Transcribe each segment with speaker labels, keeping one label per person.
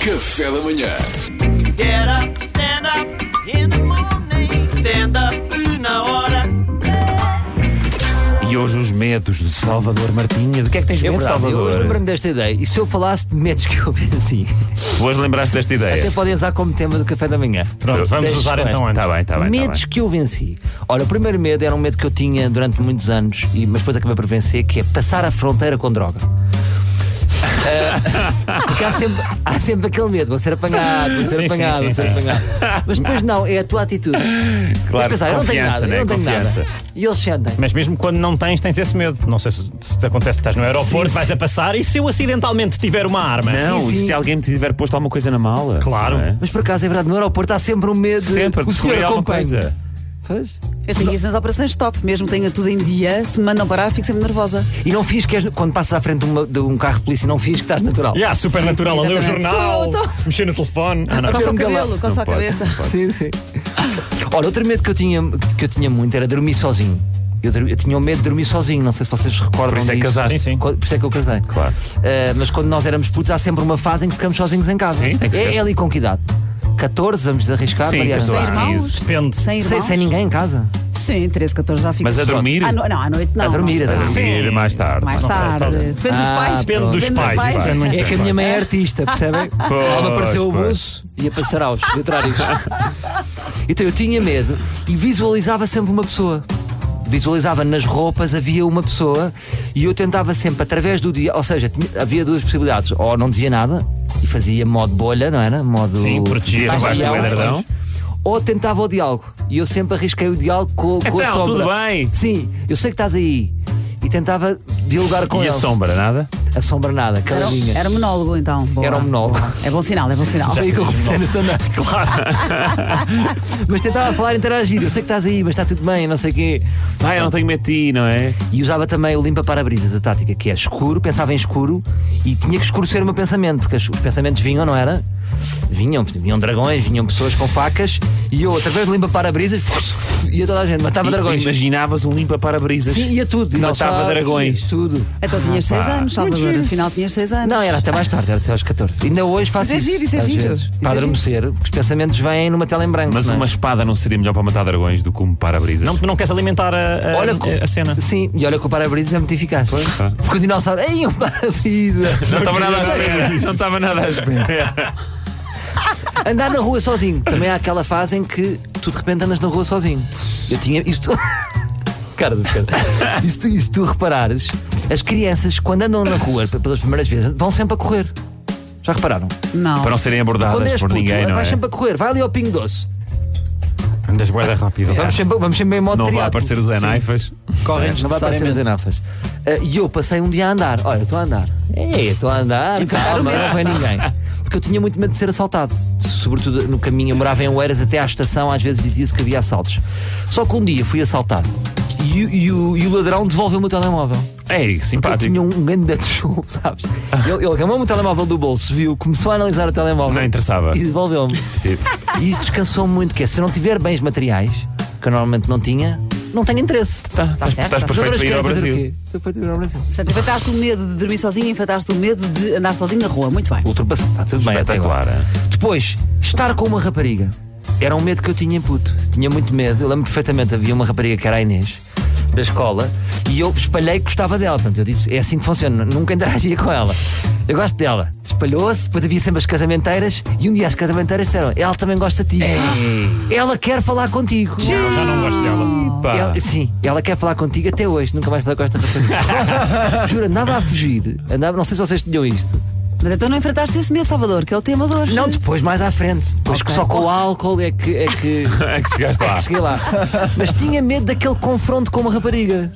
Speaker 1: Café da manhã.
Speaker 2: Get up, stand up in the morning. Stand up na hora.
Speaker 3: E hoje os medos de Salvador Martinha. De que é que tens
Speaker 4: É
Speaker 3: medo,
Speaker 4: verdade, eu
Speaker 3: Salvador?
Speaker 4: hoje lembrei-me desta ideia. E se eu falasse de medos que eu venci,
Speaker 3: Hoje lembraste desta ideia.
Speaker 4: até podem usar como tema do café da manhã.
Speaker 3: Pronto,
Speaker 5: É. vamos usar então antes.
Speaker 3: Está bem, está bem. tá
Speaker 4: medos que eu venci. Olha, o primeiro medo era um medo que eu tinha durante muitos anos, e, mas depois acabei por vencer, que é passar a fronteira com droga. Ah, porque há sempre, há sempre aquele medo, vou ser apanhado, vou ser
Speaker 5: Sim, sim,
Speaker 4: apanhado,
Speaker 5: sim,
Speaker 4: vou ser
Speaker 5: sim.
Speaker 4: apanhado. Mas depois não, é a tua atitude.
Speaker 3: bem. Claro,
Speaker 4: Mas pensar, eu não tenho
Speaker 3: confiança,
Speaker 4: nada,
Speaker 3: né?
Speaker 4: eu não tenho
Speaker 3: confiança.
Speaker 4: nada. E eles sentem.
Speaker 5: Mas mesmo quando não tens, tens esse medo. Não sei se, se te acontece, estás no aeroporto, vais a passar e se eu acidentalmente tiver uma arma?
Speaker 3: Não,
Speaker 4: Sim,
Speaker 3: e
Speaker 4: sim.
Speaker 3: se alguém me tiver posto alguma coisa na mala?
Speaker 5: Claro.
Speaker 3: Não é?
Speaker 4: Mas por acaso é verdade, no aeroporto há sempre um medo.
Speaker 3: Sempre,
Speaker 4: o senhor
Speaker 3: descobrir alguma
Speaker 4: acompanha.
Speaker 3: coisa.
Speaker 4: Pois.
Speaker 6: Eu tenho isso nas operações top, mesmo tenho tudo em dia, se me mandam parar, fico sempre nervosa.
Speaker 4: E não fiz que és, quando passas à frente de, uma- de um carro de polícia, não fiz que estás natural.
Speaker 5: Yeah, super natural, a ler o
Speaker 6: exatamente.
Speaker 5: jornal,
Speaker 6: Sou eu,
Speaker 5: mexer no telefone. Ah, não.
Speaker 6: Coça
Speaker 4: um
Speaker 6: o cabelo,
Speaker 4: galaço,
Speaker 6: coça a
Speaker 3: pode.
Speaker 6: cabeça.
Speaker 4: Sim, sim. Ora, outro medo que eu tinha, que eu tinha muito era dormir sozinho. Eu, dur- eu tinha o medo de dormir sozinho, não sei se vocês se recordam.
Speaker 3: Por isso é que
Speaker 4: disso.
Speaker 3: casaste.
Speaker 5: Sim, sim.
Speaker 4: Co- Por isso é que eu casei.
Speaker 3: Claro.
Speaker 4: Ah, mas quando nós éramos putos, há sempre uma fase em que ficamos sozinhos em casa.
Speaker 3: Sim, tem que
Speaker 4: é,
Speaker 3: ser.
Speaker 4: é ali com que idade? 14, vamos arriscar,
Speaker 3: Sim,
Speaker 4: Mariana?
Speaker 3: 14.
Speaker 6: Sem irmãos?
Speaker 5: Depende.
Speaker 6: Sem
Speaker 4: Sem,
Speaker 6: irmãos?
Speaker 4: sem ninguém em casa.
Speaker 6: Sim, 13, 14 já fico.
Speaker 3: Mas a dormir?
Speaker 6: Ah, no- não, à noite não.
Speaker 4: A dormir,
Speaker 6: não
Speaker 4: a
Speaker 6: sei.
Speaker 4: dormir.
Speaker 3: Dormir mais tarde.
Speaker 6: Mais
Speaker 3: Não sei se
Speaker 6: tarde.
Speaker 3: faz.
Speaker 6: Depende dos
Speaker 4: Ah, pronto.
Speaker 6: pais.
Speaker 5: Depende dos pais. isso é muito
Speaker 4: É que a minha mãe é artista, percebem? Ela me apareceu o
Speaker 3: pois.
Speaker 4: bolso e a passar aos literários. Então eu tinha medo e visualizava sempre uma pessoa. Visualizava nas roupas, havia uma pessoa e eu tentava sempre, através do dia, ou seja, tinha- havia duas possibilidades. Ou não dizia nada e fazia modo bolha, não era? Modo.
Speaker 5: Sim, protegias
Speaker 4: Baixa
Speaker 3: debaixo do
Speaker 4: gel.
Speaker 3: edredão.
Speaker 4: Ou tentava o diálogo e eu sempre arrisquei o diálogo com, com a
Speaker 3: Então,
Speaker 4: sombra.
Speaker 3: tudo bem.
Speaker 4: Sim, eu sei que estás aí. E tentava dialogar com
Speaker 3: E a
Speaker 4: ele.
Speaker 3: sombra, nada?
Speaker 4: A sombra nada, caladinha.
Speaker 6: Era, era monólogo então. Boa,
Speaker 4: Era um monólogo.
Speaker 6: boa. É bom sinal, é bom sinal.
Speaker 4: Foi aí que eu comecei no stand-up. Claro. mas tentava falar, interagir. Eu sei que estás aí, mas está tudo bem, não sei o quê.
Speaker 3: Ah, eu não tenho medo de ti, não é?
Speaker 4: E usava também o limpa-parabrisas, a tática, que é escuro, pensava em escuro e tinha que escurecer o meu pensamento, porque as- os pensamentos vinham, não era? Vinham, vinham dragões, vinham pessoas com facas e eu, através do limpa-parabrisas, ia toda a gente, matava
Speaker 3: E-
Speaker 4: dragões.
Speaker 3: Imaginavas um limpa-parabrisas.
Speaker 4: Sim, ia tudo. E não
Speaker 3: Matava
Speaker 4: só-
Speaker 3: dragões.
Speaker 4: Tudo.
Speaker 6: Então tinhas 6 anos, Salvador, afinal tinhas 6 anos.
Speaker 4: Não, era até mais tarde, era até aos 14. Ainda hoje faço
Speaker 6: Isso é
Speaker 4: isso.
Speaker 6: giro, isso é
Speaker 4: às
Speaker 6: giro.
Speaker 4: vezes,
Speaker 6: Isso é
Speaker 4: Para
Speaker 6: giro.
Speaker 4: adormecer, porque os pensamentos vêm numa tela em branco.
Speaker 3: Mas
Speaker 4: não é?
Speaker 3: uma espada não seria melhor para matar dragões do que um para-brisas?
Speaker 5: Não, não queres alimentar a, a-
Speaker 4: Olha, co-
Speaker 5: É, a cena.
Speaker 4: Sim, e olha que o para-brisas é muito eficaz. Porque o dinossauro. Ei, um para-brisas!
Speaker 3: Não estava nada à espera. Não estava nada à espera.
Speaker 4: Andar na rua sozinho. Também há aquela fase em que tu de repente andas na rua sozinho. Eu tinha. Isto. Cara do cara. E se tu, e se tu reparares, as crianças, quando andam na rua p- pelas primeiras vezes, vão sempre a correr. Já repararam?
Speaker 6: Não.
Speaker 3: Para não serem
Speaker 4: Quando
Speaker 3: abordadas
Speaker 4: és
Speaker 3: por
Speaker 4: puto,
Speaker 3: ninguém, não é?
Speaker 4: vais sempre a correr, vai ali ao Pingo Doce.
Speaker 5: Andas boeda rápido.
Speaker 4: Vamos, sempre, vamos sempre em modo
Speaker 3: Não vai
Speaker 4: triatlo.
Speaker 3: aparecer os anaifas.
Speaker 4: Não, vai aparecer as anafas. Ah, E eu passei um dia a andar. Olha, estou a andar. Ei, estou a andar,
Speaker 6: Enfrentar
Speaker 4: calma,
Speaker 6: o medo.
Speaker 4: não vem ninguém. Porque eu tinha muito medo de ser assaltado. Sobretudo no caminho, eu morava em Oeiras até à estação, às vezes dizia-se que havia assaltos. Só que um dia fui assaltado e, o- e o, e o ladrão devolveu-me o telemóvel.
Speaker 3: Ei,
Speaker 4: Porque eu tinha
Speaker 3: simpático.
Speaker 4: um grande atchul, sabes? Ele, ele gamou-me o telemóvel do bolso, viu, começou a analisar o telemóvel
Speaker 3: Não interessava.
Speaker 4: e devolveu-me.
Speaker 3: Tipo,
Speaker 4: E isso descansou muito, que é se eu não tiver bens materiais, que eu normalmente não tinha, não tenho interesse.
Speaker 3: tá, estás-
Speaker 6: certo,
Speaker 3: Estás
Speaker 6: tá.
Speaker 4: Os
Speaker 3: perfeito
Speaker 4: outros
Speaker 3: para ir ao
Speaker 4: querem fazer o
Speaker 3: Brasil.
Speaker 4: quê? Estão perfeito para ir ao Brasil.
Speaker 6: Portanto, enfrentaste o medo de dormir sozinho, enfrentaste o medo de andar sozinho na rua. Muito bem.
Speaker 4: Ultrapassado, está Tá tudo bem, até agora.
Speaker 3: Espetacular.
Speaker 4: Depois, estar com uma rapariga era um medo que eu tinha em puto. Tinha muito medo. Eu lembro perfeitamente, havia uma rapariga que era a Inês, da escola, e eu espalhei que gostava dela. Portanto, eu disse: é assim que funciona, nunca interagia com ela. Eu gosto dela. Espalhou-se, depois havia sempre as casamenteiras, e um dia as casamenteiras disseram: ela também gosta de ti. Ela quer falar contigo.
Speaker 5: Eu já não gosto dela.
Speaker 3: Pá.
Speaker 4: Ela- sim, ela quer falar contigo até hoje, nunca mais falar com esta rapariga. Jura, andava a fugir, andava, não sei se vocês tinham isto.
Speaker 6: Mas então não enfrentaste esse medo, Salvador, que é o tema de hoje.
Speaker 4: Não, depois mais à frente. Depois
Speaker 6: Ok.
Speaker 4: que só com o álcool é que, é que,
Speaker 3: É que chegaste
Speaker 4: é
Speaker 3: lá.
Speaker 4: que cheguei lá. Mas tinha medo daquele confronto com uma rapariga.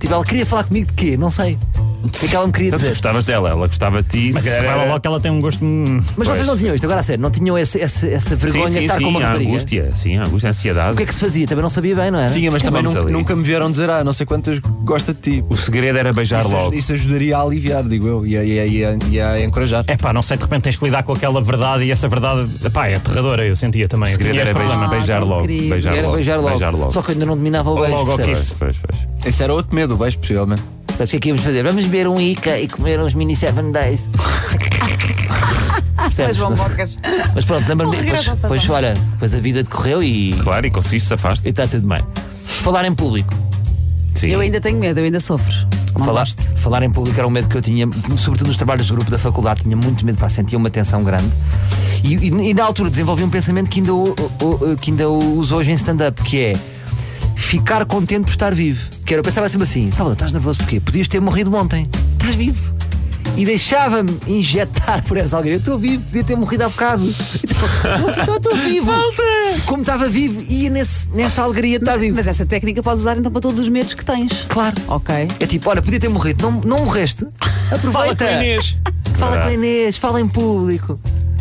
Speaker 4: Tipo, ela queria falar comigo de quê? Não sei. O que é que ela me queria
Speaker 3: Então, tu
Speaker 4: dizer?
Speaker 3: gostavas dela, ela gostava de ti. se
Speaker 5: Mas se
Speaker 3: calhar
Speaker 5: revela
Speaker 3: era-
Speaker 5: logo que ela tem um gosto. hum,
Speaker 4: Mas vocês não tinham isto, agora a sério, não tinham esse- esse- essa vergonha
Speaker 3: Sim,
Speaker 4: de
Speaker 3: sim,
Speaker 4: estar com uma
Speaker 3: sim, a
Speaker 4: rapariga.
Speaker 3: angústia, sim, a angústia, a ansiedade.
Speaker 4: O que é que se fazia? Também não sabia bem, não era?
Speaker 7: Tinha, mas também
Speaker 3: Acabamos
Speaker 7: nunca,
Speaker 3: ali.
Speaker 7: nunca me vieram dizer, ah, não sei quantas gosta de ti.
Speaker 3: O segredo era beijar
Speaker 7: Isso,
Speaker 3: logo.
Speaker 7: isso ajudaria a aliviar, digo eu, e a, e a- e a- e a encorajar.
Speaker 5: É pá, não sei, de repente tens que lidar com aquela verdade e essa verdade, pá, é aterradora, eu sentia também.
Speaker 3: O
Speaker 5: Eu
Speaker 3: segredo
Speaker 5: tinha
Speaker 3: era
Speaker 5: este problema.
Speaker 3: beijar, beijar
Speaker 6: Ah, tão
Speaker 3: logo.
Speaker 6: querido.
Speaker 3: Beijar
Speaker 4: Era
Speaker 3: logo.
Speaker 4: beijar logo.
Speaker 3: Beijar logo.
Speaker 4: Só que eu ainda não dominava o beijo.
Speaker 5: logo, ok.
Speaker 4: percebes?
Speaker 3: Pois, pois, pois.
Speaker 7: Esse era outro medo, o beijo, possivelmente.
Speaker 4: Sabes o que é que íamos fazer? Vamos beber um Ica e comer uns mini seven days. Percebes?
Speaker 6: João Bocas.
Speaker 4: Mas pronto, lembra-me.
Speaker 6: Não regressa
Speaker 4: Depois,
Speaker 6: ao passado.
Speaker 4: depois, olha, depois a vida decorreu e
Speaker 3: Claro, e conseguiste safaste.
Speaker 4: está tudo bem. Falar em público.
Speaker 3: Sim.
Speaker 6: Eu ainda tenho medo, eu ainda sofro. Não
Speaker 4: Falar,
Speaker 6: gosto.
Speaker 4: falar em público era um medo que eu tinha, sobretudo nos trabalhos de grupo da faculdade, tinha muito medo, para sentir uma tensão grande. E, e- e na altura desenvolvi um pensamento que ainda, o- o- o- que ainda o uso hoje em stand-up, que é ficar contente por estar vivo. Que era, eu pensava sempre assim, Salvador, estás nervoso porquê? Podias ter morrido ontem, estás vivo. E deixava-me injetar por essa alguém. Eu estou vivo, podia ter morrido há bocado. Então, então eu estou vivo. Como estava vivo, ia nesse- nessa alegria de estar Tá vivo.
Speaker 6: Mas essa técnica podes usar então para todos os medos que tens.
Speaker 4: Claro.
Speaker 6: Ok.
Speaker 4: É tipo, olha, podia ter morrido, não, não morreste.
Speaker 5: Fala
Speaker 4: Aproveita.
Speaker 5: com a Inês.
Speaker 4: Fala com a Inês, fala em público.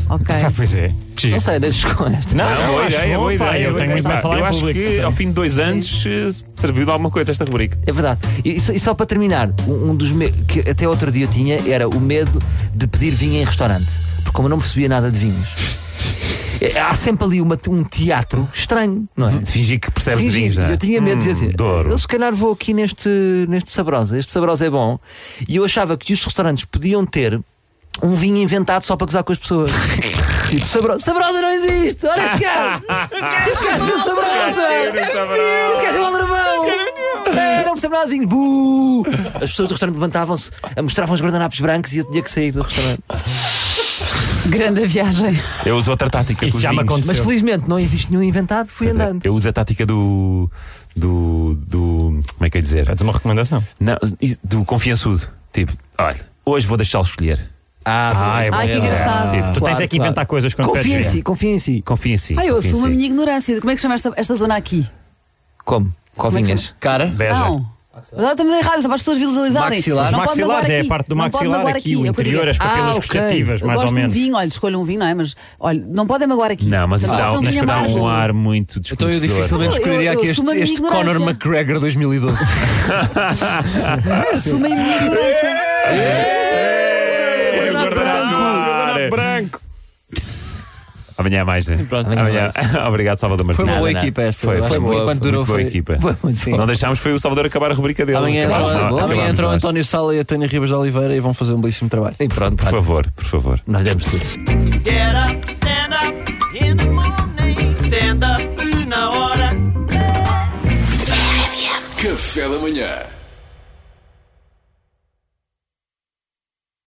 Speaker 6: Ok.
Speaker 5: Ah, pois é.
Speaker 4: Não sei, deixo com esta.
Speaker 5: Não,
Speaker 3: Não, boa
Speaker 5: acho
Speaker 3: ideia,
Speaker 5: bom,
Speaker 3: boa
Speaker 5: pá,
Speaker 3: ideia.
Speaker 5: Eu tenho muito mais a falar
Speaker 3: eu
Speaker 5: em
Speaker 3: acho
Speaker 5: público.
Speaker 3: que ao
Speaker 5: portanto.
Speaker 3: fim de dois anos eh, serviu de alguma coisa esta rubrica.
Speaker 4: É verdade. E, e só, e só para terminar, um, um dos medos que até outro dia eu tinha era o medo de pedir vinho em restaurante. Porque como eu não percebia nada de vinhos, é- há sempre ali uma- um teatro estranho, não é?
Speaker 3: De fingir que percebes de
Speaker 4: Fingir.
Speaker 3: vinhos, não é?
Speaker 4: Eu tinha medo de dizer
Speaker 3: Hum,
Speaker 4: assim,
Speaker 3: Douro.
Speaker 4: eu se calhar vou aqui neste, neste Sabrosa, este Sabrosa é bom. E eu achava que os restaurantes podiam ter um vinho inventado só para gozar com as pessoas. tipo, Sabrosa, Sabrosa não existe! Olha este gajo! Este gajo deu Sabrosa! Este gajo é Valdervão! É, não percebo nada de vinho! Bu! As pessoas do restaurante levantavam-se, eh, mostravam os guardanapos brancos e eu tinha que sair do restaurante.
Speaker 6: Grande viagem.
Speaker 3: Eu uso outra tática
Speaker 5: Isso
Speaker 3: com os
Speaker 5: já me
Speaker 3: vinhos.
Speaker 5: aconteceu. é.
Speaker 4: Mas
Speaker 5: Seu.
Speaker 4: felizmente não existe nenhum inventado, fui andando.
Speaker 3: Eu uso a tática do. do. do. como é que é dizer?
Speaker 5: Faz uma recomendação.
Speaker 3: Não, isso- do confiançudo. Tipo, olha, hoje vou deixá-lo escolher.
Speaker 4: Ah,
Speaker 5: é bom.
Speaker 6: Ai, que engraçado.
Speaker 3: Tipo,
Speaker 5: Tu tens
Speaker 4: Claro,
Speaker 5: é que inventar
Speaker 4: claro.
Speaker 5: coisas quando
Speaker 4: Confia em
Speaker 5: pedes.
Speaker 4: si, confia em si.
Speaker 3: Confia em si.
Speaker 6: Ah, eu
Speaker 3: confia em
Speaker 6: assumo a
Speaker 3: si.
Speaker 6: minha ignorância. Como é que se chama esta, esta zona aqui?
Speaker 4: Como?
Speaker 6: Como é que
Speaker 4: Covinhas?
Speaker 6: chama?
Speaker 7: Cara,
Speaker 5: Beja.
Speaker 6: Não. Mas estamos errados, é para as pessoas visualizarem.
Speaker 7: Maxilares.
Speaker 6: Não
Speaker 5: Os
Speaker 6: pode magoar
Speaker 5: maxilares, é a
Speaker 6: aqui.
Speaker 5: parte do
Speaker 6: Não pode
Speaker 5: maxilar
Speaker 6: magoar
Speaker 5: aqui, o
Speaker 6: é o que eu digo.
Speaker 5: interior, as papelas
Speaker 4: Ah, ok.
Speaker 5: gustativas,
Speaker 6: Eu
Speaker 5: mais
Speaker 6: gosto
Speaker 5: ou menos.
Speaker 6: de um vinho, olha, escolha um vinho, não é? Mas, olha, não podem magoar aqui.
Speaker 3: Não, mas isso
Speaker 6: Também
Speaker 3: dá,
Speaker 6: pode ser
Speaker 3: isso dá
Speaker 6: amargo.
Speaker 3: um ar muito
Speaker 7: então eu
Speaker 3: desconhecedor.
Speaker 7: dificilmente
Speaker 6: Eu- eu-
Speaker 7: escolheria
Speaker 6: eu
Speaker 7: aqui
Speaker 6: assumo a
Speaker 7: este,
Speaker 6: minha
Speaker 7: este Conor
Speaker 6: ignorância.
Speaker 7: McGregor 2012.
Speaker 6: Assumo a minha ignorância.
Speaker 3: É,
Speaker 5: um
Speaker 4: Guardanapo
Speaker 3: guardanapo branco. Amanhã há mais, né? Amanhã. Obrigado, Salvador
Speaker 7: Foi
Speaker 3: Martins.
Speaker 7: uma boa
Speaker 4: nada.
Speaker 7: equipa esta.
Speaker 3: Foi,
Speaker 7: eu acho
Speaker 3: foi
Speaker 7: que
Speaker 3: boa,
Speaker 7: Enquanto
Speaker 3: foi
Speaker 7: durou
Speaker 3: muito boa
Speaker 7: foi.
Speaker 3: equipa.
Speaker 4: Foi muito
Speaker 3: Não deixámos foi o Salvador acabar a rubrica dele.
Speaker 7: Amanhã entra,
Speaker 3: Acabámos nós,
Speaker 7: amanhã
Speaker 3: acabámos
Speaker 7: entra o
Speaker 3: nós.
Speaker 7: António Sala e a Tânia Ribas de Oliveira e vão fazer um belíssimo trabalho.
Speaker 4: E pronto,
Speaker 3: Por
Speaker 4: pá,
Speaker 3: favor, por favor.
Speaker 4: nós demos tudo.
Speaker 2: Get up, stand up in the morning. Stand up, una hora.
Speaker 1: Café da manhã.